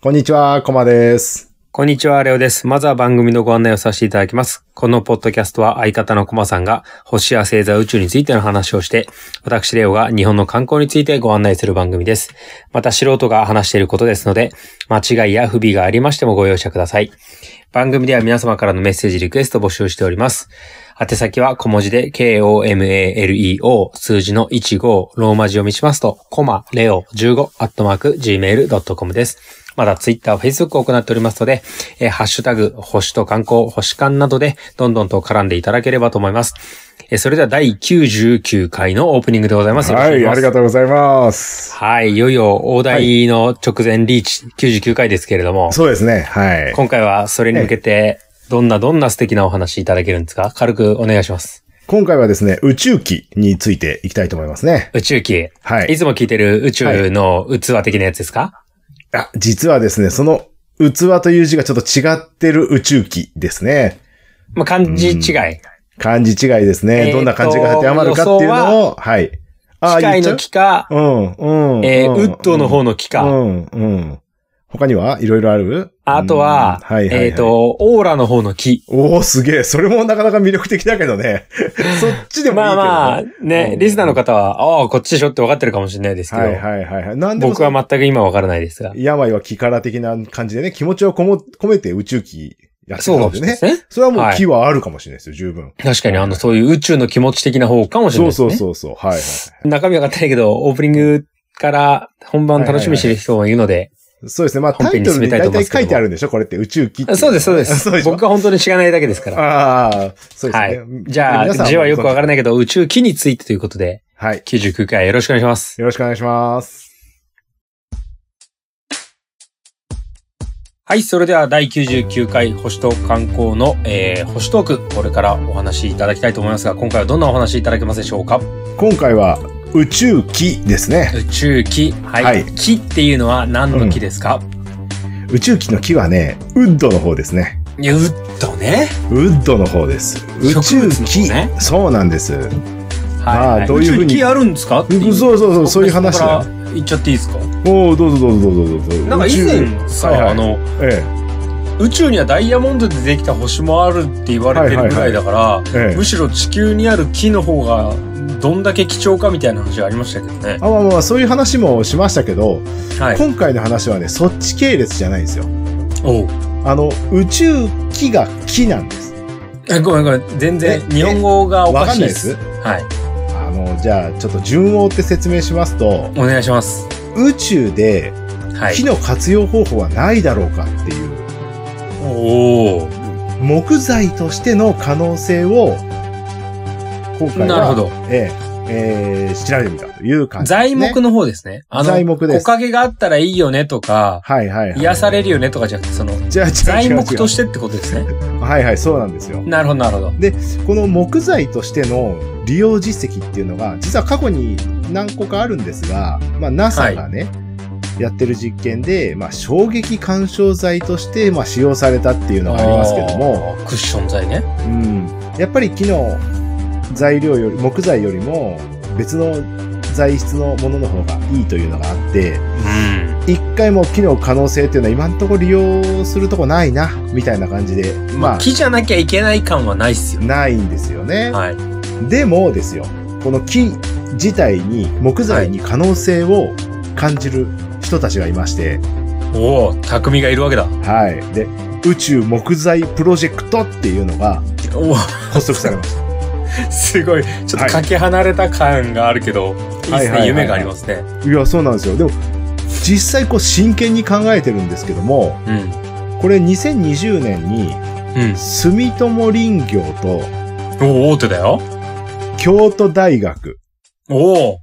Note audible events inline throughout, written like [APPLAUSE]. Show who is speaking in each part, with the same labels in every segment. Speaker 1: こんにちは、コマです。
Speaker 2: こんにちは、レオです。まずは番組のご案内をさせていただきます。このポッドキャストは相方のコマさんが星や星座宇宙についての話をして、私レオが日本の観光についてご案内する番組です。また素人が話していることですので、間違いや不備がありましてもご容赦ください。番組では皆様からのメッセージリクエストを募集しております。宛先は小文字で KOMALEO 数字の15ローマ字読みしますと、コマレオ15アットマーク gmail.com です。まだ Twitter、Facebook を行っておりますので、えーハッシュタグ、星と観光、星間などでどんどんと絡んでいただければと思います。えーそれでは第99回のオープニングでございます。よろし
Speaker 1: は
Speaker 2: くお願
Speaker 1: い、
Speaker 2: し
Speaker 1: あ
Speaker 2: ます
Speaker 1: りがとうございます。
Speaker 2: はい、いよいよ大台の直前リーチ99回ですけれども、
Speaker 1: そうですね、はい。
Speaker 2: 今回はそれに向けて、どんなどんな素敵なお話いただけるんですか軽くお願いします。
Speaker 1: 今回はですね、宇宙機についていきたいと思いますね。
Speaker 2: 宇宙機。
Speaker 1: はい
Speaker 2: いつも聞いてる宇宙の器的なやつですか、
Speaker 1: あ、実はですね、その器という字がちょっと違ってる宇宙機ですね。
Speaker 2: まあ、漢字違い。
Speaker 1: 漢字違いですね。
Speaker 2: えーと
Speaker 1: どんな漢字が当てはまるかっていう
Speaker 2: 予
Speaker 1: のを、はい。
Speaker 2: 機
Speaker 1: 言
Speaker 2: 械の
Speaker 1: っち
Speaker 2: 木
Speaker 1: ゃ、
Speaker 2: か
Speaker 1: ううん、うん。
Speaker 2: えー
Speaker 1: うん
Speaker 2: ウッドの方の木か。
Speaker 1: うん、うん。他にはいろいろある
Speaker 2: あとは、
Speaker 1: うんはいはいはい、
Speaker 2: えっ、と、オーラの方の木。
Speaker 1: おおすげえ。それもなかなか魅力的だけど
Speaker 2: [LAUGHS]
Speaker 1: ね。そっちでもいいけ
Speaker 2: まあ
Speaker 1: ど、ね。
Speaker 2: まあ、ね、
Speaker 1: うん
Speaker 2: リスナーの方は、ああ、こっちでしょって分かってるかもしれないですけど、
Speaker 1: はいはいはいはい。なんでも
Speaker 2: 僕
Speaker 1: そ
Speaker 2: は
Speaker 1: の
Speaker 2: 全く今分からないですが。
Speaker 1: 病は気から的な感じでね、気持ちをこも込めて宇宙機やってた
Speaker 2: そうか
Speaker 1: の
Speaker 2: もし
Speaker 1: で
Speaker 2: れないで
Speaker 1: ね。
Speaker 2: すね。
Speaker 1: それはもう気はあるかもしれないですよ、十分。
Speaker 2: 確かに、あの、そういう宇宙の気持ち的な方かもしれない
Speaker 1: そ
Speaker 2: で
Speaker 1: う
Speaker 2: す
Speaker 1: そ
Speaker 2: ね。
Speaker 1: うそうそう。はいはい。
Speaker 2: 中身分かってないけど、オープニングから本番楽しみにしてる人もいるので。
Speaker 1: そうですね。まあ
Speaker 2: 本
Speaker 1: タイ
Speaker 2: 編に
Speaker 1: トル
Speaker 2: 進め
Speaker 1: に
Speaker 2: たいと
Speaker 1: 大
Speaker 2: 思いま
Speaker 1: 体
Speaker 2: すけど
Speaker 1: 書いてあるんでしょこれって宇宙機ってい
Speaker 2: そうです、そうで
Speaker 1: [LAUGHS]
Speaker 2: す。
Speaker 1: そうでしょ
Speaker 2: 僕は本当に知らないだけですから。
Speaker 1: ああ、そうです
Speaker 2: は
Speaker 1: ね
Speaker 2: い。。じゃあ、字はよくわから
Speaker 1: ない。
Speaker 2: ないけど、宇宙機についてということで、
Speaker 1: はい。
Speaker 2: 99回よろしくお願いします。
Speaker 1: よろしくお願いします。
Speaker 2: はい、それでは第99回星と観光の、えー、星トーク、これからお話しいただきたいと思いますが、今回はどんなお話いただけますでしょうか
Speaker 1: 今回は宇宙機ですね。
Speaker 2: 宇宙機。はい。
Speaker 1: はい
Speaker 2: 木っていうのは何の木ですか、
Speaker 1: 宇宙機の木はね、ウッドの方ですね。
Speaker 2: いやウッドね。
Speaker 1: ウッドの方です。宇宙機、
Speaker 2: 植物の方
Speaker 1: そうなんです。
Speaker 2: はい。
Speaker 1: あーどういうふうに
Speaker 2: 宇宙機あるんですかってい
Speaker 1: そうそうそう、そういう話
Speaker 2: ここ
Speaker 1: だ
Speaker 2: か。ら言っちゃっていいですか
Speaker 1: おお、どうぞどうぞどうぞどうぞ。
Speaker 2: なんか以前さ、
Speaker 1: はいはい
Speaker 2: あの、
Speaker 1: 宇宙え
Speaker 2: 宇宙にはダイヤモンドでできた星もあるって言われてるぐらいだから、
Speaker 1: え、ええ
Speaker 2: む。しろ地球にある木の方がどんだけ貴重かみたいな話がありましたけどね。
Speaker 1: あまあまあ、そういう話もしましたけど、
Speaker 2: はい。
Speaker 1: 今回の話はね、そっち系列じゃないんですよ。
Speaker 2: おう
Speaker 1: あの、宇宙機が木なんです。
Speaker 2: えごめんごめん。全然
Speaker 1: え
Speaker 2: 日本語がお
Speaker 1: わ
Speaker 2: か
Speaker 1: か
Speaker 2: し
Speaker 1: ん
Speaker 2: い
Speaker 1: ない
Speaker 2: で。
Speaker 1: ですす
Speaker 2: はい。
Speaker 1: あの、じゃあ、ちょっと順を追って説明しますと、
Speaker 2: お願いします。
Speaker 1: 宇宙で
Speaker 2: はい
Speaker 1: 木。の活用方法はないだろうかっていう、
Speaker 2: おお。
Speaker 1: 木材としての可能性を、今回は、
Speaker 2: なるほど。
Speaker 1: えええー調べてみたという感じです、ね。
Speaker 2: 材木の方ですね。あの、
Speaker 1: 材木です
Speaker 2: 木陰があったらいいよねとか、
Speaker 1: はいはい、はい。
Speaker 2: 癒されるよねとかじゃなくて、その、
Speaker 1: じゃあ、。
Speaker 2: 材木としててってことですね。
Speaker 1: はいはい、そうなんですよ。
Speaker 2: なるほど、なるほど。
Speaker 1: この木材としての利用実績っていうのが、実は過去に何個かあるんですが、まあ、
Speaker 2: は
Speaker 1: NASA
Speaker 2: い
Speaker 1: がね、やってる実験で、まあ、衝撃干渉材として、まあ、使用されたっていうのがありますけども、
Speaker 2: あー。クッション材ね。
Speaker 1: うん、やっぱり木の材料より、木材よりも別の材質のものの方がいいというのがあって、
Speaker 2: う
Speaker 1: 一回も木の可能性っていうのは今んとこ利用するとこないな、みたいな感じで、
Speaker 2: ん。
Speaker 1: ま
Speaker 2: ま
Speaker 1: あ
Speaker 2: あ、、木じゃなきゃいけない感はないっすよ。
Speaker 1: ないんですよね。
Speaker 2: はい。
Speaker 1: でもですよ、この木自体に、木材に可能性を感じる人たちがいまして、
Speaker 2: おお、匠がいるわけだ。
Speaker 1: はい。で、宇宙木材プロジェクトっていうの
Speaker 2: [LAUGHS]
Speaker 1: が
Speaker 2: おお。
Speaker 1: 発足されました。
Speaker 2: すごい。ちょっと
Speaker 1: はい
Speaker 2: かけ離れた感があるけど、い、いですね、
Speaker 1: はいはいはい
Speaker 2: 夢がありますね。
Speaker 1: いや、そうなんですよ。でも、実際こう真剣に考えてるんですけども、
Speaker 2: うん。
Speaker 1: これ2020年に
Speaker 2: うん。
Speaker 1: 住友林業と
Speaker 2: おお、大手だよ。
Speaker 1: 京都大学、
Speaker 2: おお、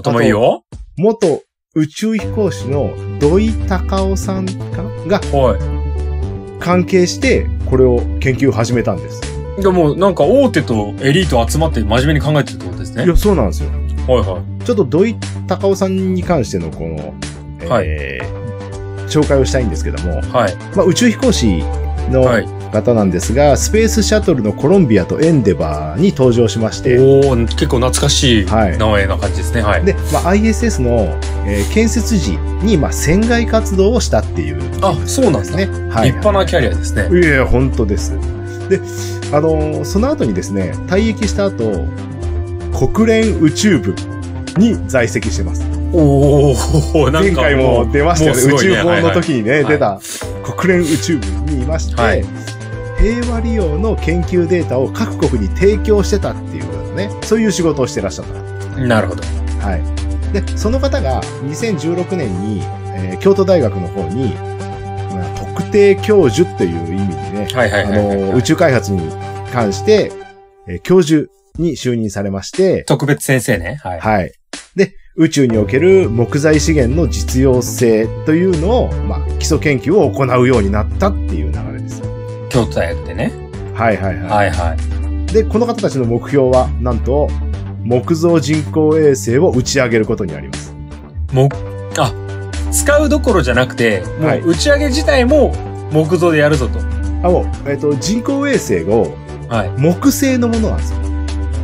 Speaker 2: 頭いいよ。
Speaker 1: 元宇宙飛行士の土井隆夫さんかなが
Speaker 2: は
Speaker 1: 関係して、これを研究を始めたんです。
Speaker 2: い。でも、なんか大手とエリート集まって真面目に考えてるってことですね。
Speaker 1: い
Speaker 2: はい
Speaker 1: や、そうなんですよ。
Speaker 2: は
Speaker 1: ちょっと土井隆夫さんに関してのこの、えー
Speaker 2: はい
Speaker 1: 紹介をしたいんですけども、
Speaker 2: い。はい。
Speaker 1: まあ、宇宙飛行士の、
Speaker 2: はい。
Speaker 1: 方なんですが、スペースシャトルのコロンビアとエンデバーに登場しまして、
Speaker 2: おお結構懐かしい
Speaker 1: はい
Speaker 2: 名前な感じですね。はい。
Speaker 1: で、まあ、ISS の、えー建設時に、まあ、船外活動をしたっていう、
Speaker 2: あ、そうなんです
Speaker 1: す
Speaker 2: ね。
Speaker 1: ね。はい。
Speaker 2: 立派なキャリアですね。
Speaker 1: いやいや、本当です。で、あのーその後にですね、退役した後、国連宇宙部に在籍してます。
Speaker 2: おおなんか
Speaker 1: 前回も出ましたよね。
Speaker 2: もう
Speaker 1: 宇
Speaker 2: す
Speaker 1: 宙
Speaker 2: ごいね
Speaker 1: 法の時にね、
Speaker 2: いはい
Speaker 1: 出た国連宇宙部にいまして、
Speaker 2: はい
Speaker 1: 平和利用の研究データを各国に提供してたっていうことね、そういう仕事をしてらっしゃった。
Speaker 2: なるほど。
Speaker 1: はい。で、その方が2016年に、えー京都大学の方に、まあ特定教授っていう意味でね、
Speaker 2: はいはい
Speaker 1: あ
Speaker 2: はいはい、
Speaker 1: の、宇宙開発に関して、えー教授に就任されまして、
Speaker 2: 特別先生ね。はい。
Speaker 1: はい。で、宇宙における木材資源の実用性というのを、まあ、基礎研究を行うようになったっていう流れです。
Speaker 2: 京都大学でね。
Speaker 1: はいはいはい。
Speaker 2: はいはい。
Speaker 1: で、この方たちの目標は、なんと、木造人工衛星を打ち上げることにあります。
Speaker 2: もうあ、使うどころじゃなくて、も
Speaker 1: はいう
Speaker 2: 打ち上げ自体も木造でやるぞと。
Speaker 1: あ、もう、えっ、と、人工衛星を
Speaker 2: はい。
Speaker 1: 木製のものなんですよ。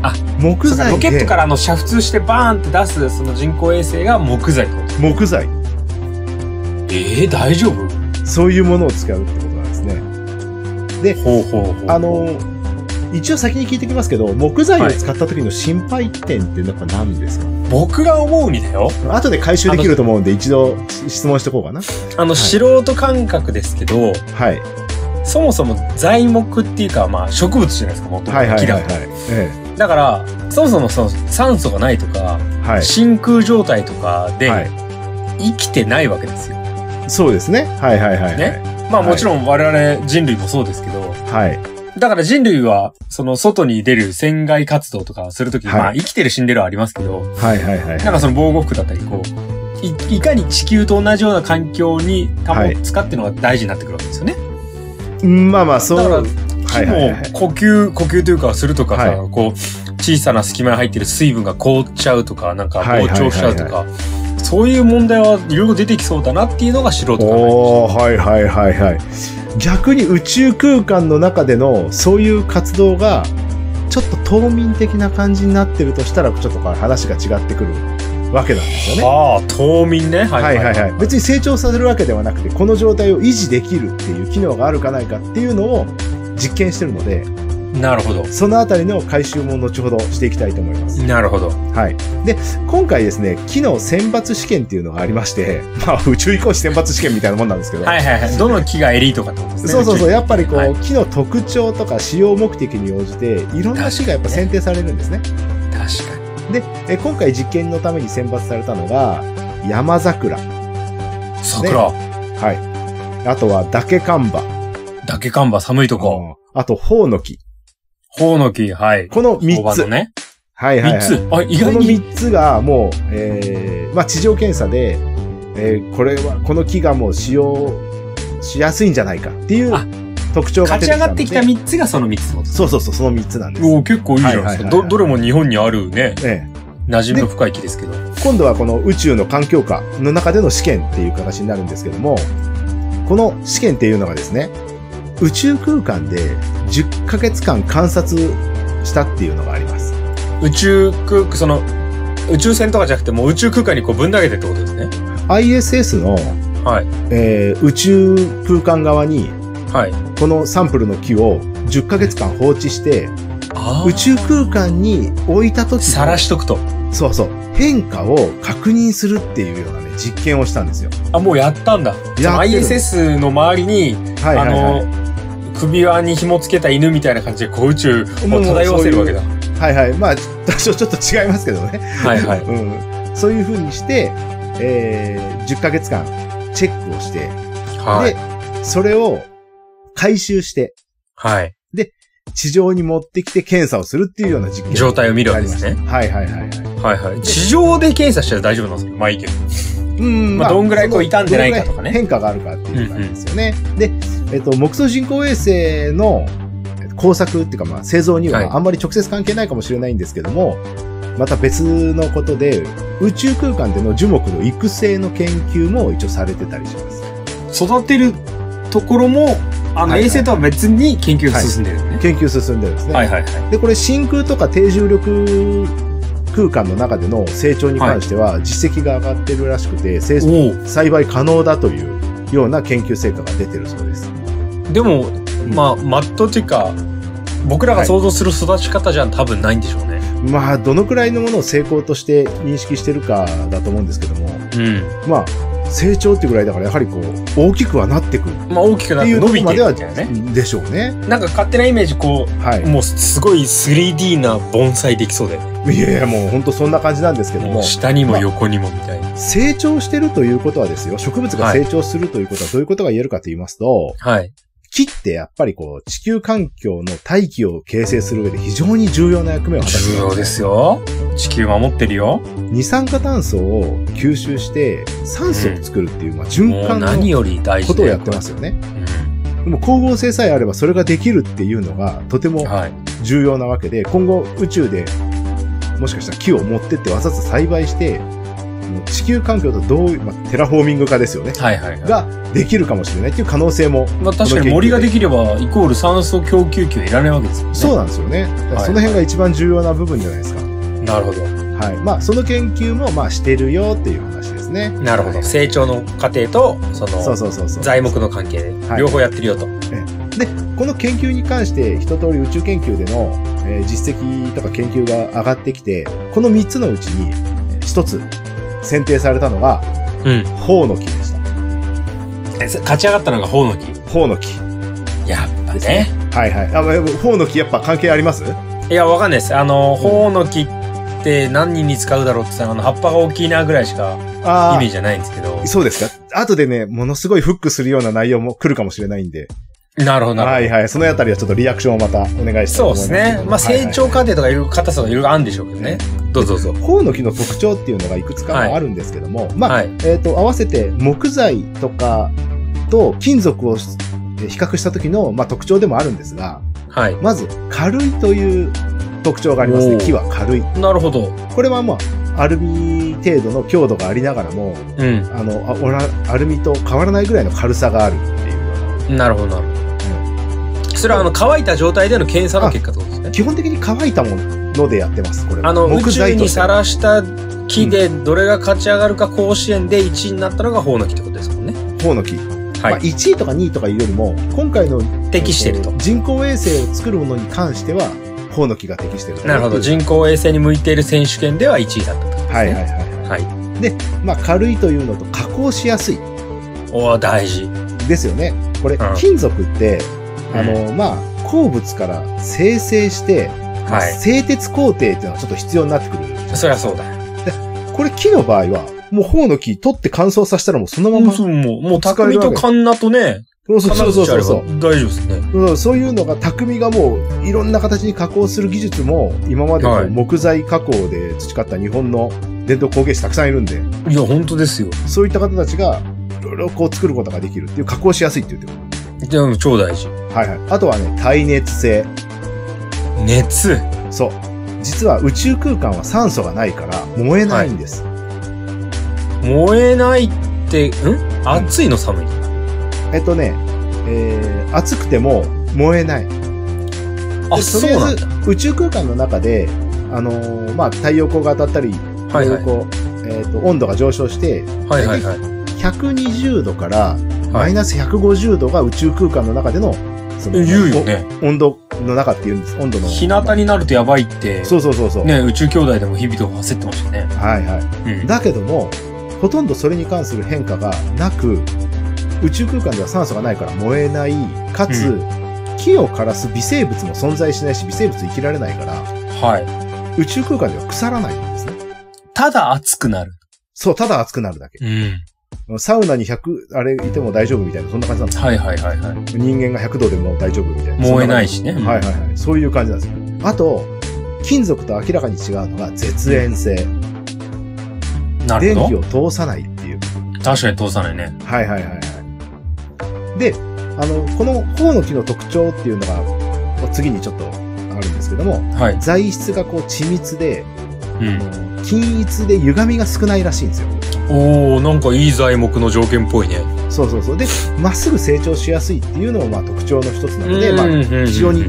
Speaker 2: あ、
Speaker 1: 木
Speaker 2: そうか
Speaker 1: 材で。
Speaker 2: ロケットからあの煮沸してバーンって出すその人工衛星が木材ってこと
Speaker 1: 木材。
Speaker 2: ええ大丈夫
Speaker 1: そういうものを使うってことなんですね。
Speaker 2: ほうほうほう
Speaker 1: あの、一応先に聞いてきますけど、木材を使った時の心配点ってやっぱ何ですか、
Speaker 2: 僕が思うにだよ
Speaker 1: 後で回収できると思うんで、一度質問しておこうかな。
Speaker 2: あの、
Speaker 1: い
Speaker 2: 素人感覚ですけど
Speaker 1: はい。
Speaker 2: そもそも材木っていうかまあ植物じゃないですかもとも
Speaker 1: はい
Speaker 2: と
Speaker 1: はい
Speaker 2: 木
Speaker 1: はい、
Speaker 2: だ
Speaker 1: はい。え
Speaker 2: だからそもそもその酸素がないとか、
Speaker 1: えはい。
Speaker 2: 真空状態とかで
Speaker 1: は
Speaker 2: 生きてないわけですよ、
Speaker 1: い。そうですね。はいはいはい、はい。
Speaker 2: ねまあ
Speaker 1: はい
Speaker 2: もちろん我々人類もそうですけど、
Speaker 1: はい。
Speaker 2: だから人類はその外に出る船外活動とかするとき、
Speaker 1: はい
Speaker 2: まあ生きてる死んでるはありますけど、
Speaker 1: はいはいはい
Speaker 2: なんかその防護服だったり、こう、いいかに地球と同じような環境に
Speaker 1: は
Speaker 2: 保
Speaker 1: い
Speaker 2: つかっていうのが大事になってくるわけですよね。
Speaker 1: うん。まあまあ、そう。
Speaker 2: だから
Speaker 1: はいはいはいはい
Speaker 2: 木も呼吸、呼吸というかするとかさ、
Speaker 1: は
Speaker 2: こう、小さな隙間に入ってる水分が凍っちゃうとか、なんか
Speaker 1: はいはいは
Speaker 2: 膨
Speaker 1: いはい
Speaker 2: 張しちゃうとか、そういう問題はいろいろ出てきそうだなっていうのが素人考
Speaker 1: おおはいはいはいはい。逆に宇宙空間の中でのそういう活動が、ちょっと冬眠的な感じになってるとしたら、ちょっとこれ話が違ってくるわけなんですよね。
Speaker 2: ああ、冬眠ね。は
Speaker 1: はいい
Speaker 2: は
Speaker 1: は
Speaker 2: いはいい。
Speaker 1: はい。別に成長させるわけではなくて、この状態を維持できるっていう機能があるかないかっていうのを実験してるので、
Speaker 2: なるほど。
Speaker 1: そのあたりの回収も後ほどしていきたいと思います。
Speaker 2: なるほど。
Speaker 1: はい。で、今回ですね、機能選抜試験っていうのがありまして、 [LAUGHS] まあ宇宙飛行士選抜試験みたいなもんなんですけど、
Speaker 2: はいはいはい。どの木がエリートかってことですね。
Speaker 1: そうそうそう、やっぱりこう、
Speaker 2: はい
Speaker 1: 木の特徴とか使用目的に応じて、いろんな木がやっぱ選定されるんですね。
Speaker 2: 確かに。
Speaker 1: で、え今回実験のために選抜されたのが、山桜。
Speaker 2: 桜、
Speaker 1: はい。あとは、竹看板。
Speaker 2: ダケカンバ、寒いとこ。
Speaker 1: あと、ホオノキ。
Speaker 2: ホウノキ、はい。
Speaker 1: この
Speaker 2: 大
Speaker 1: 3
Speaker 2: 葉
Speaker 1: つ。
Speaker 2: のね。
Speaker 1: はいはい、
Speaker 2: 三
Speaker 1: はい。
Speaker 2: つ。あ、
Speaker 1: こ
Speaker 2: 意外
Speaker 1: の
Speaker 2: に。
Speaker 1: 3つがもう、えー、まあ、地上検査で、えー、これは、この木がもう使用しやすいんじゃないかっていう
Speaker 2: あ
Speaker 1: 特徴が出て
Speaker 2: 勝ち上
Speaker 1: きた
Speaker 2: が
Speaker 1: の
Speaker 2: っ
Speaker 1: で。
Speaker 2: てきた3つがその3つってこと
Speaker 1: そうそうそう、その3つなんです。
Speaker 2: おお結構いいじゃないで
Speaker 1: はい
Speaker 2: す
Speaker 1: はい
Speaker 2: か。
Speaker 1: はいはい
Speaker 2: ど、どれも日本にあるね、
Speaker 1: ええ
Speaker 2: 馴染みの深い木ですけど。
Speaker 1: 今度はこの宇宙の環境下の中での試験っていう形になるんですけども、この試験っていうのがですね、宇宙空間で10ヶ月間観察したっていうのがあります。
Speaker 2: 宇宙空、その、宇宙船とかじゃなくて、もう宇宙空間にこうぶん投げてってことですね。
Speaker 1: ISS の、
Speaker 2: はい
Speaker 1: えー宇宙空間側に
Speaker 2: はい。
Speaker 1: このサンプルの木を10ヶ月間放置して、
Speaker 2: あ
Speaker 1: 宇宙空間に置いた時
Speaker 2: さら
Speaker 1: の、
Speaker 2: しとくと。
Speaker 1: そうそう、変化を確認するっていうようなね、実験をしたんですよ。
Speaker 2: あ、もうやったんだ。その
Speaker 1: やってる
Speaker 2: ISS の周りに、
Speaker 1: はいはい、はい。
Speaker 2: あの、首輪に紐つけた犬みたいな感じで、こう宇宙を漂わせるわけだ。
Speaker 1: はいはい。まあ、多少ちょっと違いますけどね。
Speaker 2: はいはい。
Speaker 1: [LAUGHS] うん、そういう風にして、えー10ヶ月間チェックをして、
Speaker 2: はい。
Speaker 1: で、それを回収して、
Speaker 2: はい。
Speaker 1: 地上に持ってきて検査をするっていうような実験。
Speaker 2: 状態を見るわけですね
Speaker 1: ありました。はいはいはいはい。
Speaker 2: はいはい。地上で検査したら大丈夫なんですかまあいいけど。
Speaker 1: うん
Speaker 2: まあどんぐらいこう傷んでないかとか
Speaker 1: どんぐら
Speaker 2: ね
Speaker 1: い変化があるかっていう感じですよね。で、えっと、木造人工衛星のえっと工作っていうか、まあ、製造に
Speaker 2: はい
Speaker 1: はあんまり直接関係ないかもしれないんですけども、また別のことで、宇宙空間での樹木の育成の研究も一応されてたりします。
Speaker 2: 育てるところもあ
Speaker 1: は
Speaker 2: の、
Speaker 1: いはい
Speaker 2: 衛星とは別に研究が進んでるよね。
Speaker 1: 研究進んでるんですね。
Speaker 2: はいはいはい。
Speaker 1: で、これ真空とか低重力空間の中での成長に関しては実績が上がってるらしくて、生
Speaker 2: おお
Speaker 1: 栽培可能だというような研究成果が出てるそうです。
Speaker 2: でも、まあ、マットっていうか、僕らが想像する育ち方じゃ多分ないんでしょうね。
Speaker 1: まあ、どのくらいのものを成功として認識してるかだと思うんですけども、
Speaker 2: うん。
Speaker 1: まあ、成長ってぐらいだから、やはりこう、大きくはなってくるっ
Speaker 2: まあ、大きくなってて
Speaker 1: いうと
Speaker 2: 伸
Speaker 1: ころ
Speaker 2: びて
Speaker 1: ま
Speaker 2: る
Speaker 1: では
Speaker 2: みたいなね。
Speaker 1: でしょうね。
Speaker 2: なんか勝手なイメージ、こ
Speaker 1: は
Speaker 2: う、もうすごい 3D な盆栽できそうだよね。
Speaker 1: い。いやいや、もう本当そんな感じなんですけど
Speaker 2: も
Speaker 1: も
Speaker 2: う、下にも横にもみたいな。
Speaker 1: 成長してるということはですよ、植物が成長するということはどういうことが言えるかと言いますと、
Speaker 2: はい。
Speaker 1: 木ってやっぱりこう、地球環境の大気を形成する上で非常に重要な役目を果たして
Speaker 2: 重
Speaker 1: る
Speaker 2: 要ですよ。地球守ってるよ。
Speaker 1: 二酸化炭素を吸収して酸素を作るっていう、まあ、循
Speaker 2: もう
Speaker 1: 環
Speaker 2: 何
Speaker 1: の
Speaker 2: より大事
Speaker 1: ことをやって
Speaker 2: す
Speaker 1: ますよね。でも光合成さえあればそれができるっていうのがとても
Speaker 2: はい。
Speaker 1: 重要なわけで、今後宇宙でもしかしたら木を持ってってわざわざ栽培して、もう地球環境とどういう、まあ、テラフォーミング化ですよね。
Speaker 2: はいはいはい。
Speaker 1: ができるかもしれないっていう可能性も
Speaker 2: まあ、確かに森ができれば、イコール酸素供給器はいらないわけですよね。
Speaker 1: そうなんですよね。だからその辺が一番重要な部分じゃないですか。
Speaker 2: なるほど。
Speaker 1: はい。まあ、その研究も、まあ、してるよっていう話ですね。
Speaker 2: なるほど。
Speaker 1: はい
Speaker 2: 成長の過程と、その、
Speaker 1: そうそうそうそう。
Speaker 2: 材木の関係で
Speaker 1: はい
Speaker 2: 両方やってるよと。
Speaker 1: この研究に関して、一通り宇宙研究での、えー実績とか研究が上がってきて、この3つのうちに、えー一つ、選定されたのが、
Speaker 2: うん。
Speaker 1: ホオの木でした。
Speaker 2: 勝ち上がったのがホオノキ。
Speaker 1: ホオの木。
Speaker 2: やっぱね。
Speaker 1: はいはい。あ、まあホオの木やっぱ関係あります
Speaker 2: いや、わかんないです。あの、ホオノキって何人に使うだろうって言ったら、あの、葉っぱが大きいなぐらいしかイ
Speaker 1: あ
Speaker 2: メージじゃないんですけど
Speaker 1: あ。。そうですか後でね、ものすごいフックするような内容も来るかもしれないんで。
Speaker 2: なるほど、なるほど。
Speaker 1: はいはい。そのあたりはちょっとリアクションをまたお願いしたいと
Speaker 2: そう
Speaker 1: 思いま。
Speaker 2: ですすね。まあ、
Speaker 1: はいはい
Speaker 2: 成長過程とかいろいろ硬さとかいろいろあるんでしょうけどね。どうぞどうぞ。
Speaker 1: ホオの木の特徴っていうのがいくつかあるんですけども、まあ、
Speaker 2: はい。
Speaker 1: えっ、と、合わせて木材とかと金属を比較した時の、まあ、特徴でもあるんですが、
Speaker 2: はい。
Speaker 1: まず軽いという特徴がありますね
Speaker 2: お。ー
Speaker 1: 木は軽い。
Speaker 2: なるほど。
Speaker 1: これはまあ、アルミ程度の強度がありながらも、
Speaker 2: うん。
Speaker 1: あの、あオラアルミと変わらないぐらいの軽さがあるっていうような。
Speaker 2: なるほど、なるほど。それは、あの、乾いた状態での検査の結果ってことですね。
Speaker 1: 基本的に乾いたものでやってます、これは。
Speaker 2: あの、宇宙に
Speaker 1: して
Speaker 2: さらした木でどれが勝ち上がるか甲子園で1位になったのがホの木ってことですもんね。
Speaker 1: 方の木。ま
Speaker 2: は
Speaker 1: あ、
Speaker 2: い。
Speaker 1: 1位とか2位とかいうよりも、今回の
Speaker 2: 適してると。
Speaker 1: 人工衛星を作るものに関しては、ホオノキが適してると
Speaker 2: なるほど。人工衛星に向いている選手権では1位だったと。
Speaker 1: はいはいはい。
Speaker 2: はい。
Speaker 1: まあ、軽いというのと加工しやすい
Speaker 2: おー大事。
Speaker 1: ですよね。これ、
Speaker 2: うん
Speaker 1: 金属って、あの、まあ、鉱物から生成して、まあ
Speaker 2: は
Speaker 1: 製鉄工程っていうのはちょっと必要になってくる。
Speaker 2: い。そりゃそうだ。
Speaker 1: これ木の場合は、もうホオノキ取って乾燥させたらもうそのまま、
Speaker 2: もう、もう、もう、
Speaker 1: 使える
Speaker 2: 匠
Speaker 1: わけ
Speaker 2: とカンナとね、
Speaker 1: そうそう
Speaker 2: 金
Speaker 1: そう
Speaker 2: 槌
Speaker 1: そ
Speaker 2: あ
Speaker 1: う
Speaker 2: れば
Speaker 1: そ
Speaker 2: 大丈夫ですね。
Speaker 1: う。うんそういうのが、匠がもう、いろんな形に加工する技術も、今までこ
Speaker 2: は
Speaker 1: う
Speaker 2: い
Speaker 1: 木材加工で培った日本の伝統工芸士たくさんいるんで、
Speaker 2: いや、本当ですよ。
Speaker 1: そういった方たちが、いろいろこう作ることができるっていう、加工しやすいって言ってる。
Speaker 2: でも、超大事。
Speaker 1: はいはい。あとはね、耐熱性。
Speaker 2: 熱。
Speaker 1: そう。実は宇宙空間は酸素がないから燃えないんです。
Speaker 2: 燃えないって、ん暑いの寒いの
Speaker 1: えっとね、えー、暑くても燃えない。
Speaker 2: あ、
Speaker 1: で
Speaker 2: そ
Speaker 1: と
Speaker 2: う
Speaker 1: りあ
Speaker 2: な
Speaker 1: え
Speaker 2: ん
Speaker 1: ず
Speaker 2: だ。
Speaker 1: 宇宙空間の中で、あのーまあ、太陽光が当たったり、
Speaker 2: はいはい。
Speaker 1: こう、えっ、と、温度が上昇して、
Speaker 2: はいはいはい。
Speaker 1: 120度からマイナス150度が宇宙空間の中での、その
Speaker 2: 言うよね。
Speaker 1: お温度の中っていうんです。温度の。
Speaker 2: 日向になるとやばいって、
Speaker 1: そうそうそうそう。
Speaker 2: ね、宇宙兄弟でも日々と焦ってましたね。
Speaker 1: はいはい。
Speaker 2: うん。
Speaker 1: だけども、ほとんどそれに関する変化がなく、宇宙空間では酸素がないから燃えない、かつ、
Speaker 2: う
Speaker 1: 木を枯らす微生物も存在しないし、微生物生きられないから、
Speaker 2: はい。
Speaker 1: 宇宙空間では腐らないんですね。
Speaker 2: ただ暑くなる。
Speaker 1: そう、ただ熱くなるだけ。
Speaker 2: うん。
Speaker 1: サウナに100、あれいても大丈夫みたいな、そんな感じなんで
Speaker 2: はいはいはいはい。
Speaker 1: す人間が100度でも大丈夫みたいな。
Speaker 2: 燃えない
Speaker 1: そ
Speaker 2: しね。
Speaker 1: んな感じ。はいはいはい。そういう感じなんですよ。あと、金属と明らかに違うのが絶縁性。
Speaker 2: なる
Speaker 1: 電
Speaker 2: ほ
Speaker 1: 気
Speaker 2: ど。
Speaker 1: を通さないっていう。
Speaker 2: 確かに通さないね。
Speaker 1: はいはいはいはい。で、あの、この頬の木の特徴っていうのが、まあ次にちょっとあるんですけども、
Speaker 2: はい。
Speaker 1: 材質がこう緻密で、
Speaker 2: うん。
Speaker 1: 均一で歪みが少ないらしいんですよ。
Speaker 2: おー、なんかいい材木の条件っぽいね。
Speaker 1: そうそうそう。で、まっすぐ成長しやすいっていうのもまあ特徴の一つなので、まあ、
Speaker 2: あ
Speaker 1: 非常に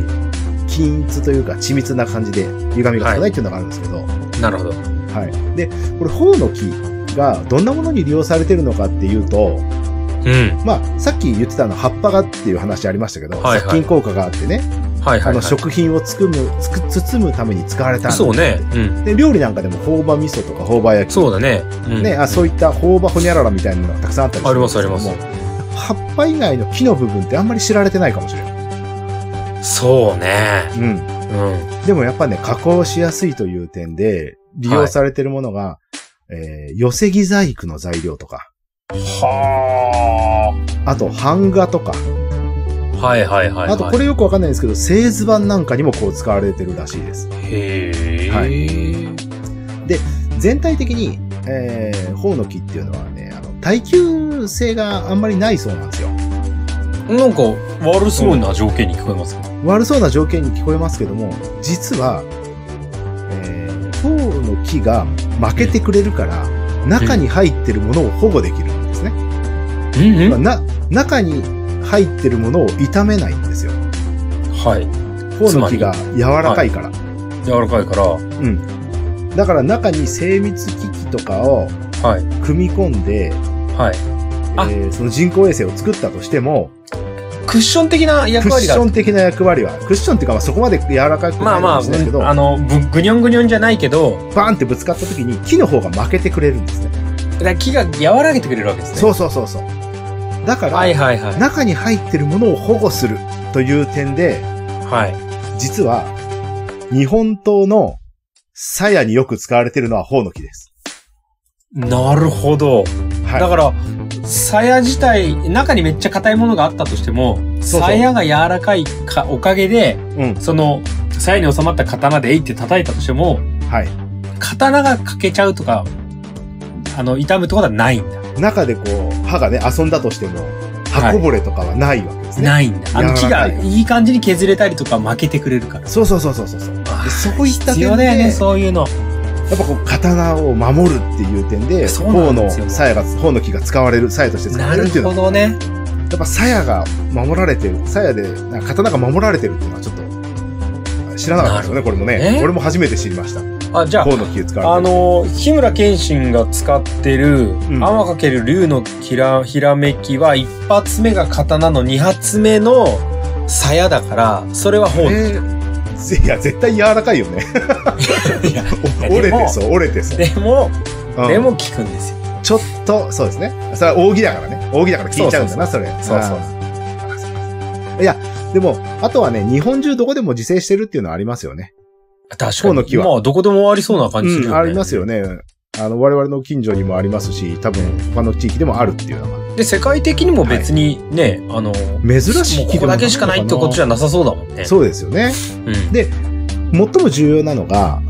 Speaker 1: 均一というか緻密な感じで歪みが少ないっていうのがあるんですけど、
Speaker 2: なるほど。
Speaker 1: はい。で、これ、頬の木がどんなものに利用されてるのかっていうと、
Speaker 2: うん。
Speaker 1: まあ、さっき言ってたあの、葉っぱがっていう話ありましたけど、
Speaker 2: はいはい
Speaker 1: 殺菌効果があってね、
Speaker 2: はいはい、はい。
Speaker 1: あの、食品をつくむ、つく、包むために使われた。
Speaker 2: そうね。うん。
Speaker 1: で、料理なんかでも、朴葉味噌とか朴葉焼き。
Speaker 2: そうだね。うん、
Speaker 1: ね、あそういった朴葉ほにゃららみたいなのがたくさんあったり
Speaker 2: ありますあり
Speaker 1: んで
Speaker 2: ますす
Speaker 1: けども。葉っぱ以外の木の部分ってあんまり知られてないかもしれない。
Speaker 2: そうね。
Speaker 1: うん。
Speaker 2: うん。
Speaker 1: でもやっぱね、加工しやすいという点で、利用されてるものが、えー寄せ木細工の材料とか、
Speaker 2: は
Speaker 1: あと版画とか、
Speaker 2: あ。はいはいはい、はい。
Speaker 1: あとこれよくわかんないんですけど、製図版なんかにもこう使われてるらしいです。
Speaker 2: へえ、
Speaker 1: は
Speaker 2: はい。
Speaker 1: 全体的に、えー、頬の木っていうのはね、あの、耐久性があんまりないそうなんですよ。
Speaker 2: なんか悪そうな条件に聞こえますけど。
Speaker 1: 悪そうな条件に聞こえますけども、実は、えー、頬の木が負けてくれるから、中に入ってるものを保護できるんですね。
Speaker 2: うん
Speaker 1: まあな、中に入ってるものを傷めないんですよ。
Speaker 2: はい。
Speaker 1: 頬の木が柔らかいから。
Speaker 2: 柔らかいから。
Speaker 1: だから中に精密機器とかを
Speaker 2: はい。
Speaker 1: 組み込んで、
Speaker 2: はい。あ
Speaker 1: えーその人工衛星を作ったとしても、
Speaker 2: クッション的な
Speaker 1: ク
Speaker 2: 役
Speaker 1: ッ
Speaker 2: 割
Speaker 1: シ
Speaker 2: が。
Speaker 1: ョン的な役割は、クッションっていうか、まあそこまで柔らかく
Speaker 2: ま
Speaker 1: な
Speaker 2: あ
Speaker 1: い
Speaker 2: まあ、
Speaker 1: んですけど、
Speaker 2: あの、ぶぐにょんぐにょんじゃないけど、
Speaker 1: バーンってぶつかった時に木の方が負けてくれるんですね。
Speaker 2: だから木が和らげてくれるわけですね。
Speaker 1: そうそうそうそう。だから、
Speaker 2: はいはいはい。
Speaker 1: 中に入ってるものを保護するという点で、
Speaker 2: はい。
Speaker 1: 実は、日本刀の鞘によく使われてるのは頬の木です。
Speaker 2: なるほど。
Speaker 1: はい。
Speaker 2: だから、鞘自体、中にめっちゃ硬いものがあったとしても、
Speaker 1: そうそう
Speaker 2: 鞘が柔らかいかおかげで、
Speaker 1: うん。
Speaker 2: その、鞘に収まった刀でえいって叩いたとしても、
Speaker 1: はい。
Speaker 2: 刀が欠けちゃうとか、あの、痛むってことはないんだ。
Speaker 1: 中でこう、歯がね、遊んだとしても、歯こぼれとかはないわけですね。
Speaker 2: ないんだ。あの木
Speaker 1: 柔らか
Speaker 2: が
Speaker 1: いから
Speaker 2: いい感じに削れたりとか負けてくれるから。
Speaker 1: そうそうそうそうそうそう。でそういった
Speaker 2: 必
Speaker 1: 点
Speaker 2: 要
Speaker 1: で、
Speaker 2: だよね、
Speaker 1: やっ
Speaker 2: そういうの。
Speaker 1: ぱこう、刀を守るっていう点で、
Speaker 2: そうな
Speaker 1: 頬
Speaker 2: んで
Speaker 1: の
Speaker 2: すよ
Speaker 1: 鞘が、頬の木が使われる、鞘として使わ
Speaker 2: な
Speaker 1: れる
Speaker 2: る
Speaker 1: っていうの
Speaker 2: ほ
Speaker 1: は、
Speaker 2: どね。
Speaker 1: やっぱ鞘が守られてる、鞘で、なんか刀が守られてるっていうのはちょっと、知らなかったですよね、これもね。
Speaker 2: え
Speaker 1: 俺も初めて知りました。
Speaker 2: あ、じゃ
Speaker 1: 頬の木を使
Speaker 2: あ、
Speaker 1: わ
Speaker 2: あ
Speaker 1: れてる。
Speaker 2: の、日村謙信が使ってる、
Speaker 1: ん
Speaker 2: 天かける竜のきらひらめきは、一発目が刀の二発目の鞘だから、それは
Speaker 1: あ
Speaker 2: 本。
Speaker 1: えーぜいや、絶対柔らかいよね。
Speaker 2: [LAUGHS] いや
Speaker 1: お [LAUGHS] 折れてそう、折れてそう。
Speaker 2: でも、
Speaker 1: うん
Speaker 2: でも効くんですよ。
Speaker 1: ちょっと、そうですね。それは扇だからね。扇だから聞いちゃうんだな、それ。
Speaker 2: そうそう
Speaker 1: うんいや、でも、あとはね、日本中どこでも自生してるっていうのはありますよね。
Speaker 2: 確
Speaker 1: この木は
Speaker 2: まあ、どこでもありそうな感じするよ
Speaker 1: う
Speaker 2: ね。
Speaker 1: んありますよね。あの、我々の近所にもありますし、多分他の地域でもあるっていうのが。
Speaker 2: で、世界的にも別にね、あの、
Speaker 1: 珍しい
Speaker 2: もうここだけしかないってことじゃなさそうだもんね。
Speaker 1: そうですよね。
Speaker 2: うん。
Speaker 1: 最も重要なのが、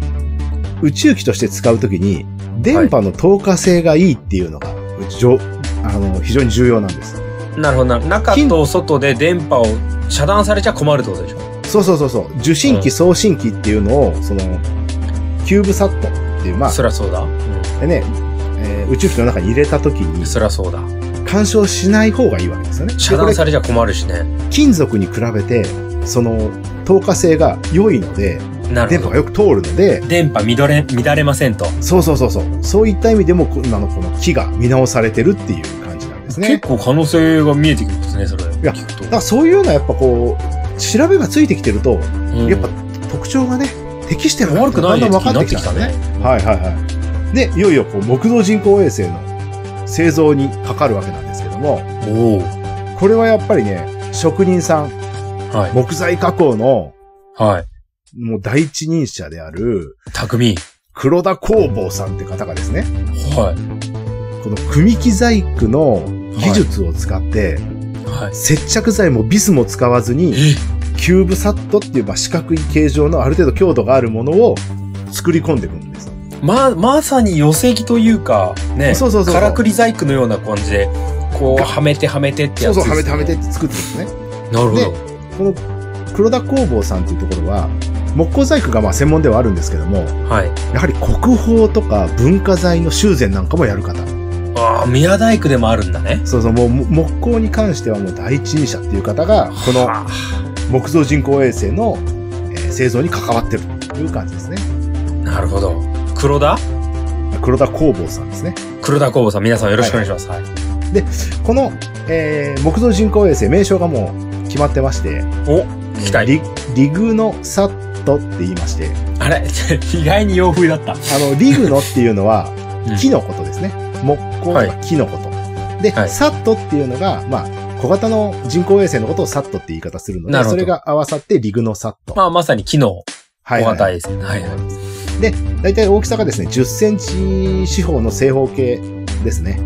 Speaker 1: 宇宙機として使うときに、電波の透過性がいいっていうのが、じょあの非常に重要なんです。
Speaker 2: なるほどなるほど。中
Speaker 1: 金
Speaker 2: と外で電波を遮断されちゃ困るってことでしょ。
Speaker 1: そうそうそうそう。受信機、送信機っていうのを、その、キューブサットっていう、ま
Speaker 2: そりゃそうだ。う
Speaker 1: あ、ね、えー宇宙機の中に入れたとき
Speaker 2: ん。
Speaker 1: に、
Speaker 2: そりゃそうだ。
Speaker 1: 干渉しない方がいいわけですよね。で
Speaker 2: 遮
Speaker 1: こ
Speaker 2: 断
Speaker 1: れ、
Speaker 2: されちゃ困るしね。
Speaker 1: 金属に比べて、その、透過性が良いので、
Speaker 2: なる
Speaker 1: 電波
Speaker 2: ほ
Speaker 1: が
Speaker 2: ど。
Speaker 1: よく通るので、
Speaker 2: 電波乱れ、乱れませんと。
Speaker 1: そうそうそうそう。そういった意味でも、こ今のこの木が見直されてるっていう感じなんですね。
Speaker 2: 結構可能性が見えてきますね、それ。
Speaker 1: や
Speaker 2: 聞くと
Speaker 1: だからそういうのはやっぱこう、調べがついてきてると、
Speaker 2: うん
Speaker 1: やっぱ特徴がね、適してる
Speaker 2: 悪くない
Speaker 1: だ
Speaker 2: ね
Speaker 1: んだん分かってきたんですね。はいはいはい。で、いよいよこう木造人工衛星の製造にかかるわけなんですけども、
Speaker 2: おお。
Speaker 1: これはやっぱりね、職人さん、
Speaker 2: はい。
Speaker 1: 木材加工の
Speaker 2: はい。
Speaker 1: もう第一人者である、
Speaker 2: 匠。
Speaker 1: 黒田工房さんって方がですね、
Speaker 2: は
Speaker 1: この組木細工の技術を使って、
Speaker 2: い。はい。
Speaker 1: 接着剤もビスも使わずに、
Speaker 2: え
Speaker 1: キューブサットっていうまあ四角い形状のある程度強度があるものを作り込んでいくんです。
Speaker 2: ま、まさに寄せ木というか、ね。
Speaker 1: そうそうそうそう
Speaker 2: からくり細工のような感じで、こう、はめてはめてって
Speaker 1: そ
Speaker 2: や
Speaker 1: う
Speaker 2: つ
Speaker 1: そう、
Speaker 2: です
Speaker 1: はめ
Speaker 2: ね。
Speaker 1: てはめてって作ってるんですね。
Speaker 2: なるほど。
Speaker 1: この黒田工房さんっていうところは、木工細工がまあ専門ではあるんですけども、
Speaker 2: はい。
Speaker 1: やはり国宝とか文化財の修繕なんかもやる方。
Speaker 2: あああ、宮大工でもあるんだね。
Speaker 1: そうそう、もうも木工に関してはもう第一人者っていう方が、この
Speaker 2: はあ
Speaker 1: 木造人工衛星の、えー製造に関わってるという感じですね。
Speaker 2: なるほど。黒田
Speaker 1: 黒田工房さんですね。
Speaker 2: 黒田工房さん、皆さんよろしくお願いします。はい。
Speaker 1: この、えー木造人工衛星、名称がもう決まってまして、
Speaker 2: お、聞きたい。
Speaker 1: リリグノサットって言いまして、
Speaker 2: あれ [LAUGHS] 意外に洋風だった。
Speaker 1: あ
Speaker 2: [LAUGHS]
Speaker 1: の、リグノっていうのは
Speaker 2: うん
Speaker 1: 木のことですね。木工
Speaker 2: は
Speaker 1: はい木のこと。で、
Speaker 2: はい
Speaker 1: サットっていうのが、まあ、小型の人工衛星のことをサットって言い方するの
Speaker 2: なる
Speaker 1: で、
Speaker 2: ほど
Speaker 1: それが合わさってリグノサット。
Speaker 2: まあ、まさに機能、
Speaker 1: はい
Speaker 2: お
Speaker 1: はい、
Speaker 2: 堅いですね。はいはい。
Speaker 1: 大体大きさがですね、10センチ四方の正方形ですね。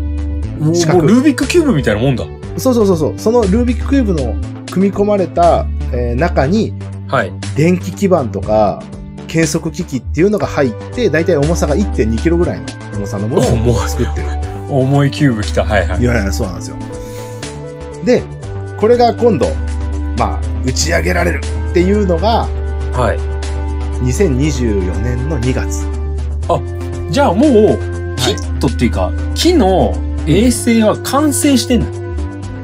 Speaker 2: もう
Speaker 1: 四角
Speaker 2: もうルービックキューブみたいなもんだ。
Speaker 1: そうそうそうそう。そのルービックキューブの組み込まれた、えー中に
Speaker 2: はい。
Speaker 1: 電気基板とか計測機器っていうのが入って、大体重さが1.2キロぐらいの重さのものを
Speaker 2: 重い
Speaker 1: 作ってる。
Speaker 2: 重いキューブ来た。はいはい
Speaker 1: い。やいや、そうなんですよ。で、これが今度、まあ、打ち上げられるっていうのが、
Speaker 2: はい。
Speaker 1: 2024年の2月。
Speaker 2: じゃあもう、キットっていうか、木の衛星は完成してんの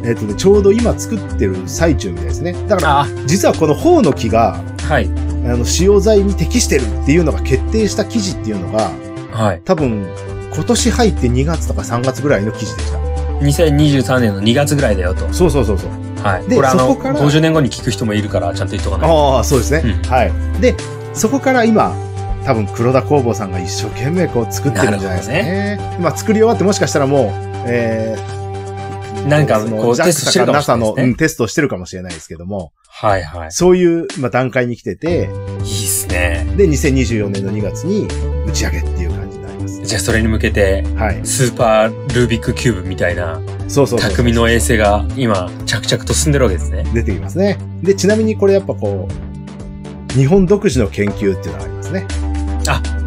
Speaker 1: えっ、とね、ちょうど今作ってる最中みたいですね。だから、
Speaker 2: あ、
Speaker 1: 実はこの方の木が、
Speaker 2: はい。
Speaker 1: あの、使用材に適してるっていうのが決定した記事っていうのが、
Speaker 2: はい。
Speaker 1: 多分、今年入って2月とか3月ぐらいの記事でした。
Speaker 2: 2023年の2月ぐらいだよと。
Speaker 1: そうそうそうそう。
Speaker 2: はい。
Speaker 1: で
Speaker 2: これあの、
Speaker 1: そこから
Speaker 2: 50年後に聞く人もいるから、ちゃんと言っとかないと。
Speaker 1: ああ、そうですね、
Speaker 2: うん
Speaker 1: はい。で、そこから今、多分黒田工房さんが一生懸命こう作ってるんじゃないですかね。まあ作り終わってもしかしたらもう、えー、
Speaker 2: なんか
Speaker 1: その
Speaker 2: こうテストしてるかもしれない
Speaker 1: JAXA の、
Speaker 2: ですね
Speaker 1: うんテストしてるかもしれないですけども、
Speaker 2: はいはい。
Speaker 1: そういう、まあ、段階に来てて、
Speaker 2: いいっすね。
Speaker 1: で、2024年の2月に打ち上げっていう感じになります。
Speaker 2: じゃあそれに向けて、
Speaker 1: はい。
Speaker 2: スーパールービックキューブみたいな、
Speaker 1: そうそうそう。
Speaker 2: 匠の衛星が今、着々と進んでるわけですね。
Speaker 1: 出てきますね。で、ちなみにこれやっぱこう、日本独自の研究っていうのがありますね。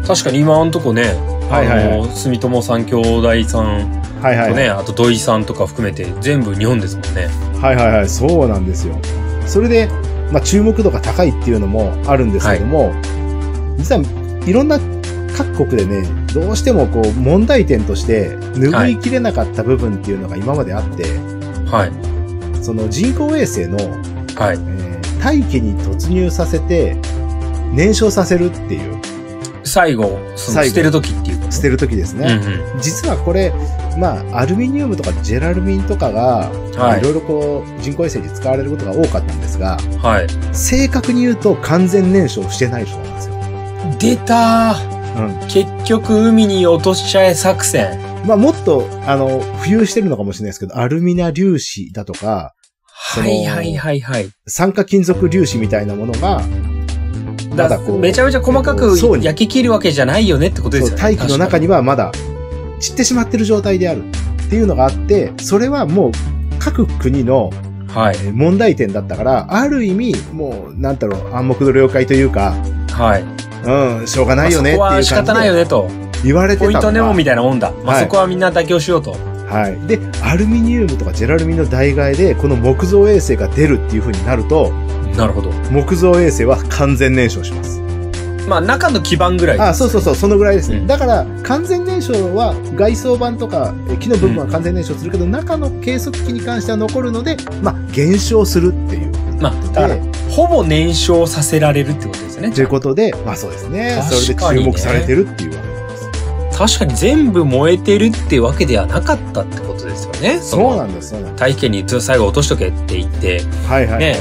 Speaker 2: 確かに今のとこね、
Speaker 1: はいはいはい
Speaker 2: あの、住友三兄弟さん
Speaker 1: はいはい、は
Speaker 2: と
Speaker 1: い。
Speaker 2: ね、あと土井さんとか含めて、全部日本ですもんね。
Speaker 1: はいはいはい、そうなんですよ。それで、まあ、注目度が高いっていうのもあるんですけども、実はいろんな各国でね、どうしてもこう問題点として拭いきれなかった部分っていうのが今まであって、
Speaker 2: はい。
Speaker 1: その人工衛星の、
Speaker 2: は
Speaker 1: え
Speaker 2: い。
Speaker 1: ー大気に突入させて燃焼させるっていう、
Speaker 2: 最後、その
Speaker 1: 最後
Speaker 2: 捨てる時っていうこと
Speaker 1: 捨てるときですね。
Speaker 2: うん
Speaker 1: 実はこれ、まあ、アルミニウムとかジェラルミンとかが、
Speaker 2: うん。
Speaker 1: まあ
Speaker 2: はいい。
Speaker 1: ろいろこう人工衛星に使われることが多かったんですが、
Speaker 2: はい。
Speaker 1: 正確に言うと完全燃焼してないそうなんですよ。
Speaker 2: 出たー
Speaker 1: う
Speaker 2: 結局、海に落としちゃえ作戦。
Speaker 1: ん。まあもっと、あの、浮遊してるのかもしれないですけど、アルミナ粒子だとか、そ
Speaker 2: は
Speaker 1: の
Speaker 2: いはいはいはい。
Speaker 1: 酸化金属粒子みたいなものが、まだこう、
Speaker 2: めちゃめちゃ細かく
Speaker 1: そうに
Speaker 2: 焼き切るわけじゃないよねってことですよ
Speaker 1: そう
Speaker 2: ね。
Speaker 1: 大気の中
Speaker 2: に。
Speaker 1: にはまだ散ってしまってる状態であるっていうのがあって、それはもう各国の
Speaker 2: はい。
Speaker 1: えー問題点だったから、ある意味、もう、なんだろう、暗黙の了解というか、
Speaker 2: はい。
Speaker 1: うん、しょうがないよねって
Speaker 2: まあ
Speaker 1: いう
Speaker 2: そこは仕方
Speaker 1: 感
Speaker 2: ない
Speaker 1: じ
Speaker 2: よ
Speaker 1: で
Speaker 2: ねと。
Speaker 1: 言われて
Speaker 2: ポイン
Speaker 1: た
Speaker 2: トネ
Speaker 1: の
Speaker 2: モ
Speaker 1: が
Speaker 2: みたいなもんだ。まあ、
Speaker 1: はい
Speaker 2: そこはみんな妥協しようと。
Speaker 1: はい。で、アルミニウムとかジェラルミンの代替えで、この木造衛星が出るっていう風になると、
Speaker 2: なるほど。
Speaker 1: 木造衛星は完全燃焼します。
Speaker 2: まあ、中の基盤ぐらい。
Speaker 1: あ、そうそうそう、そのぐらいですね。
Speaker 2: うん
Speaker 1: だから、完全燃焼は外装版とか、え木の部分は完全燃焼するけど、中の計測器に関しては残るので、まあ、減少するっていう。
Speaker 2: まあ、だから
Speaker 1: で、
Speaker 2: ほぼ燃焼させられるってことですよね。
Speaker 1: ということで、まあそうですね。
Speaker 2: 確
Speaker 1: そ
Speaker 2: かにね
Speaker 1: れで注目されてるっていうわけなんです。
Speaker 2: 確かに全部燃えてるってわけではなかったってことですよね。
Speaker 1: そうなんんです、そうなんで
Speaker 2: 大気に最後落としとけって言って、
Speaker 1: す。はいはいはい、
Speaker 2: ね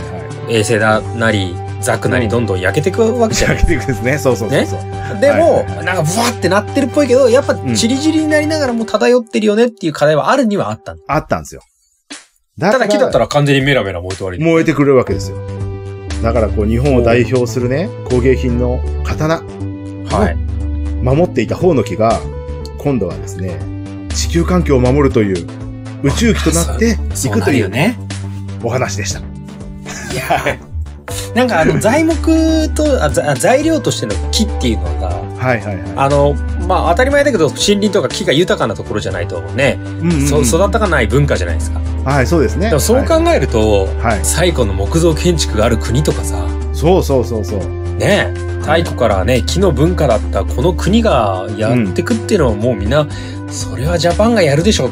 Speaker 1: は
Speaker 2: 衛星だなり、ザクなりどんどん焼けてくわけ
Speaker 1: い。
Speaker 2: じゃない
Speaker 1: 開けていくんですね。そうそうそうそう。
Speaker 2: でも、
Speaker 1: はいはいはい
Speaker 2: なんかブワってなってるっぽいけど、やっぱ
Speaker 1: うん
Speaker 2: チリチリになりながらも漂ってるよねっていう課題はあるにはあったんだ。
Speaker 1: あったんですよ。だ
Speaker 2: ただ木だったら完全にメラメラ燃えて終わり。
Speaker 1: 燃えてくるわけですよ。だからこう日本を代表するね、工芸品の刀、
Speaker 2: はい。
Speaker 1: 守っていた方の木が、今度はですね、地球環境を守るという、宇宙機となってい
Speaker 2: そう
Speaker 1: く
Speaker 2: な
Speaker 1: と
Speaker 2: る
Speaker 1: い
Speaker 2: よ
Speaker 1: う
Speaker 2: ね。
Speaker 1: お話でした。
Speaker 2: いやーなん
Speaker 1: [LAUGHS]
Speaker 2: かあの材木とあざあ材料としての木っていうのが、
Speaker 1: はいはいはい。
Speaker 2: あの、まあ当たり前だけど森林とか木が豊かなところじゃないとね、
Speaker 1: うんうんうん
Speaker 2: そ育たない文化じゃないですか。
Speaker 1: はい、そうですね。
Speaker 2: でもそう考える
Speaker 1: は
Speaker 2: と、
Speaker 1: い。はい
Speaker 2: 最古の木造建築がある国とかさ、
Speaker 1: そうそうそうそう。
Speaker 2: ね太古からね木の文化だったこの国がやってくっていうのはもうみんな、それはジャパンがやるでしょ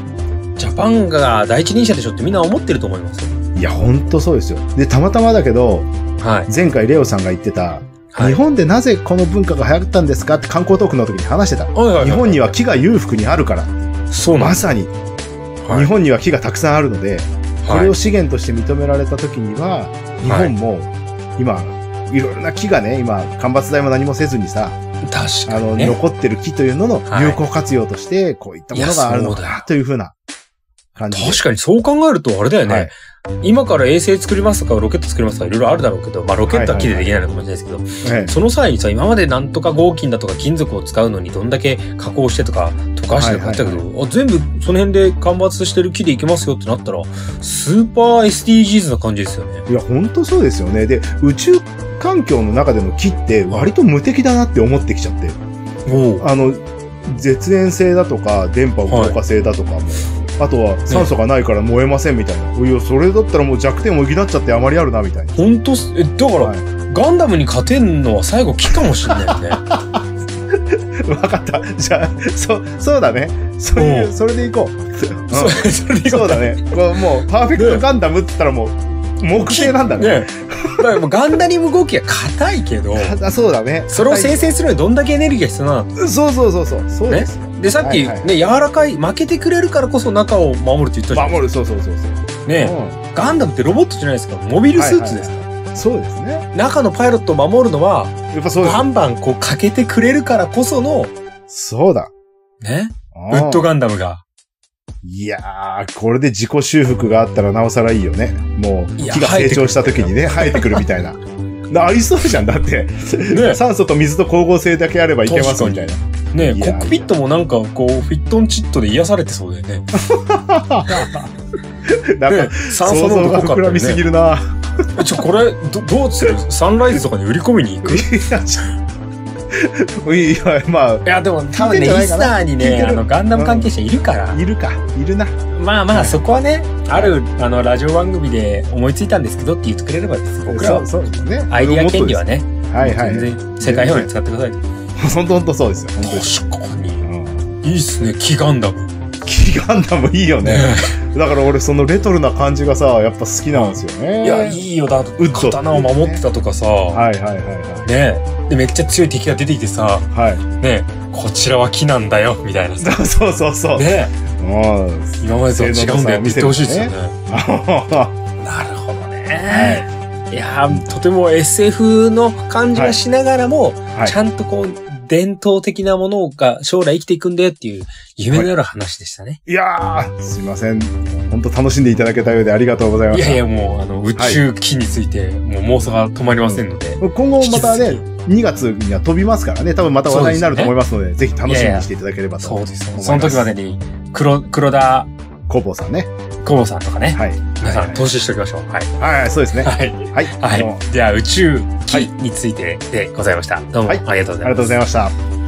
Speaker 2: ジャパンが第一人者でしょってみんな思ってると思いますよ
Speaker 1: いや、ほんとそうですよ。で、たまたまだけど、
Speaker 2: はい、
Speaker 1: 前回レオさんが言ってた、
Speaker 2: はい
Speaker 1: 日本でなぜこの文化が流行ったんですかって観光トークの時に話してた。
Speaker 2: はいはいはい
Speaker 1: 日本には木が裕福にあるから。
Speaker 2: そうなん
Speaker 1: ま
Speaker 2: です、
Speaker 1: さに、
Speaker 2: は
Speaker 1: 日
Speaker 2: い
Speaker 1: 本には木がたくさんあるので、こ
Speaker 2: はい
Speaker 1: れを資源として認められた時には、日本も今、いろいろな木がね、今、間伐材も何もせずにさ、
Speaker 2: 確
Speaker 1: あ
Speaker 2: か
Speaker 1: の、
Speaker 2: にね
Speaker 1: 残ってる木というのの
Speaker 2: はい
Speaker 1: 有効活用として、こういったものがあるのか
Speaker 2: いやそう
Speaker 1: な、というふうな感じで。
Speaker 2: 確かにそう考えるとあれだよね、
Speaker 1: はい
Speaker 2: 今から衛星作りますとかロケット作りますとかいろいろあるだろうけど、まあ、ロケットは木でできないのかもしれないですけど、
Speaker 1: え
Speaker 2: その際にさ今までなんとか合金だとか金属を使うのにどんだけ加工してとか溶かしてとかやってたけど、
Speaker 1: は
Speaker 2: あ全部その辺で間伐してる木でいきますよってなったらスーパー SDGs な感じですよね。
Speaker 1: えいや、本当そうですよね。で、宇宙環境の中での木って割と無敵だなって思ってきちゃって。
Speaker 2: お
Speaker 1: あの、絶縁性だとか、電波強化性だとかも、あとは酸素がないから燃えませんみたいな。いや、それだったらもう弱点を補っちゃってあまりあるな、みたいな。
Speaker 2: 本当えだから、
Speaker 1: はい [LAUGHS]
Speaker 2: ガンダムに勝てんのは最後木かもしれないよね。
Speaker 1: わかった。じゃあ、そ、そうだね。そういうう、それでいこう。
Speaker 2: [LAUGHS] それそれでいこ
Speaker 1: そうだね。これもう、パーフェクトガンダムって言ったらもう、木製なんだね。
Speaker 2: ねだからもうガンダム合金は硬いけど。
Speaker 1: あそうだね。
Speaker 2: それを生成するのにどんだけエネルギーが必要なのか
Speaker 1: はいそうそうそうそう。そうです。
Speaker 2: でさっきね、
Speaker 1: はいはい
Speaker 2: 柔らかい負けてくれるからこそ中を守るって言ったじゃない
Speaker 1: 守る、そうそうそうそう。
Speaker 2: ね、ガンダムってロボットじゃないですかモビルスーツです、
Speaker 1: うんそうですね。
Speaker 2: 中のパイロットを守るのは
Speaker 1: やっぱそうです
Speaker 2: バ。ンバンこうかけてくれるからこその
Speaker 1: そうだ。
Speaker 2: ねウ
Speaker 1: ウ
Speaker 2: ッドガンダムが
Speaker 1: いやー、これで自己修復があったらなおさらいいよね。もう、
Speaker 2: い
Speaker 1: 木
Speaker 2: や
Speaker 1: が成長した時にね、生えてくるみたいな。なありそうじゃん、だって。
Speaker 2: ね
Speaker 1: 酸素と水と光合成だけあればいけますみたいな。
Speaker 2: ね
Speaker 1: い
Speaker 2: コ
Speaker 1: や
Speaker 2: ックピットもなんかこうフィットンチットで癒されてそうだよねね
Speaker 1: なんか、
Speaker 2: 酸素
Speaker 1: 想
Speaker 2: の
Speaker 1: 像
Speaker 2: ど
Speaker 1: が
Speaker 2: こか
Speaker 1: 膨
Speaker 2: って
Speaker 1: らみすぎ
Speaker 2: ね
Speaker 1: るな。
Speaker 2: [LAUGHS] えちょこれどどうするサンライズとかに売り込みに行くい
Speaker 1: いやちょいや、ま
Speaker 2: やでも多
Speaker 1: 聞
Speaker 2: 分
Speaker 1: いてん
Speaker 2: ね
Speaker 1: じゃないか
Speaker 2: リスナ
Speaker 1: な
Speaker 2: ーに
Speaker 1: 聞いて
Speaker 2: ね
Speaker 1: る
Speaker 2: あのガンダム関係者いるから
Speaker 1: あ、いるか、いるな。
Speaker 2: まあま
Speaker 1: は
Speaker 2: あ
Speaker 1: い
Speaker 2: そこはね、あるあのラジオ番組で思いついたんですけどって言ってくれればです僕らは
Speaker 1: そうそうね。
Speaker 2: アイディア権利は
Speaker 1: ね。
Speaker 2: ね、
Speaker 1: はいはい。
Speaker 2: 全然世界表現使ってください
Speaker 1: ほんとほんとそうですよ。本当に
Speaker 2: 確かにいいっすね木ガンダム
Speaker 1: キガンダムいいよね。だから俺そのレトルな感じがさ、やっぱ好きなんですよね。
Speaker 2: いやい
Speaker 1: い。
Speaker 2: いよだって
Speaker 1: ウッド
Speaker 2: 刀を守ってたとかさ、
Speaker 1: はいはいはいは
Speaker 2: ねでめっちゃ強い敵が出てきてさ
Speaker 1: い。は。
Speaker 2: ねこちらは木なんだよみたいな
Speaker 1: [LAUGHS]
Speaker 2: い
Speaker 1: そうそうそう。
Speaker 2: ね
Speaker 1: うん
Speaker 2: 今までとは違うんだよって言ってほしいですよね
Speaker 1: は
Speaker 2: なるほどね、い、やーとても SF の感じがしながらも、ちゃんとこう、伝統的なものが将来生きていくんだよっていう夢のある話でしたね。
Speaker 1: い。いやー、すいません。本当楽しんでいただけたようでありがとうございま
Speaker 2: い、
Speaker 1: した。
Speaker 2: やいや、もう、あの、宇宙機について、もう妄想が止まりませんので。
Speaker 1: 今後また
Speaker 2: 引き
Speaker 1: ね
Speaker 2: 続、
Speaker 1: 2月には飛びますからね、多分また話題になると思いますので、ぜひ楽しみにしていただければと。
Speaker 2: そうです
Speaker 1: 思い。ます
Speaker 2: その時までに、黒、黒田
Speaker 1: コボさんね。
Speaker 2: 久保さんとかね、
Speaker 1: はい。
Speaker 2: 皆
Speaker 1: は
Speaker 2: さ
Speaker 1: い
Speaker 2: ん投資しておきましょう。はい。
Speaker 1: はい、そうですね。
Speaker 2: はい。
Speaker 1: はい。
Speaker 2: は
Speaker 1: どうも
Speaker 2: い。では、宇宙機
Speaker 1: はい
Speaker 2: についてでございました。どうも、
Speaker 1: は
Speaker 2: あ
Speaker 1: い
Speaker 2: りがとう
Speaker 1: ありが
Speaker 2: ございます。
Speaker 1: とうございました。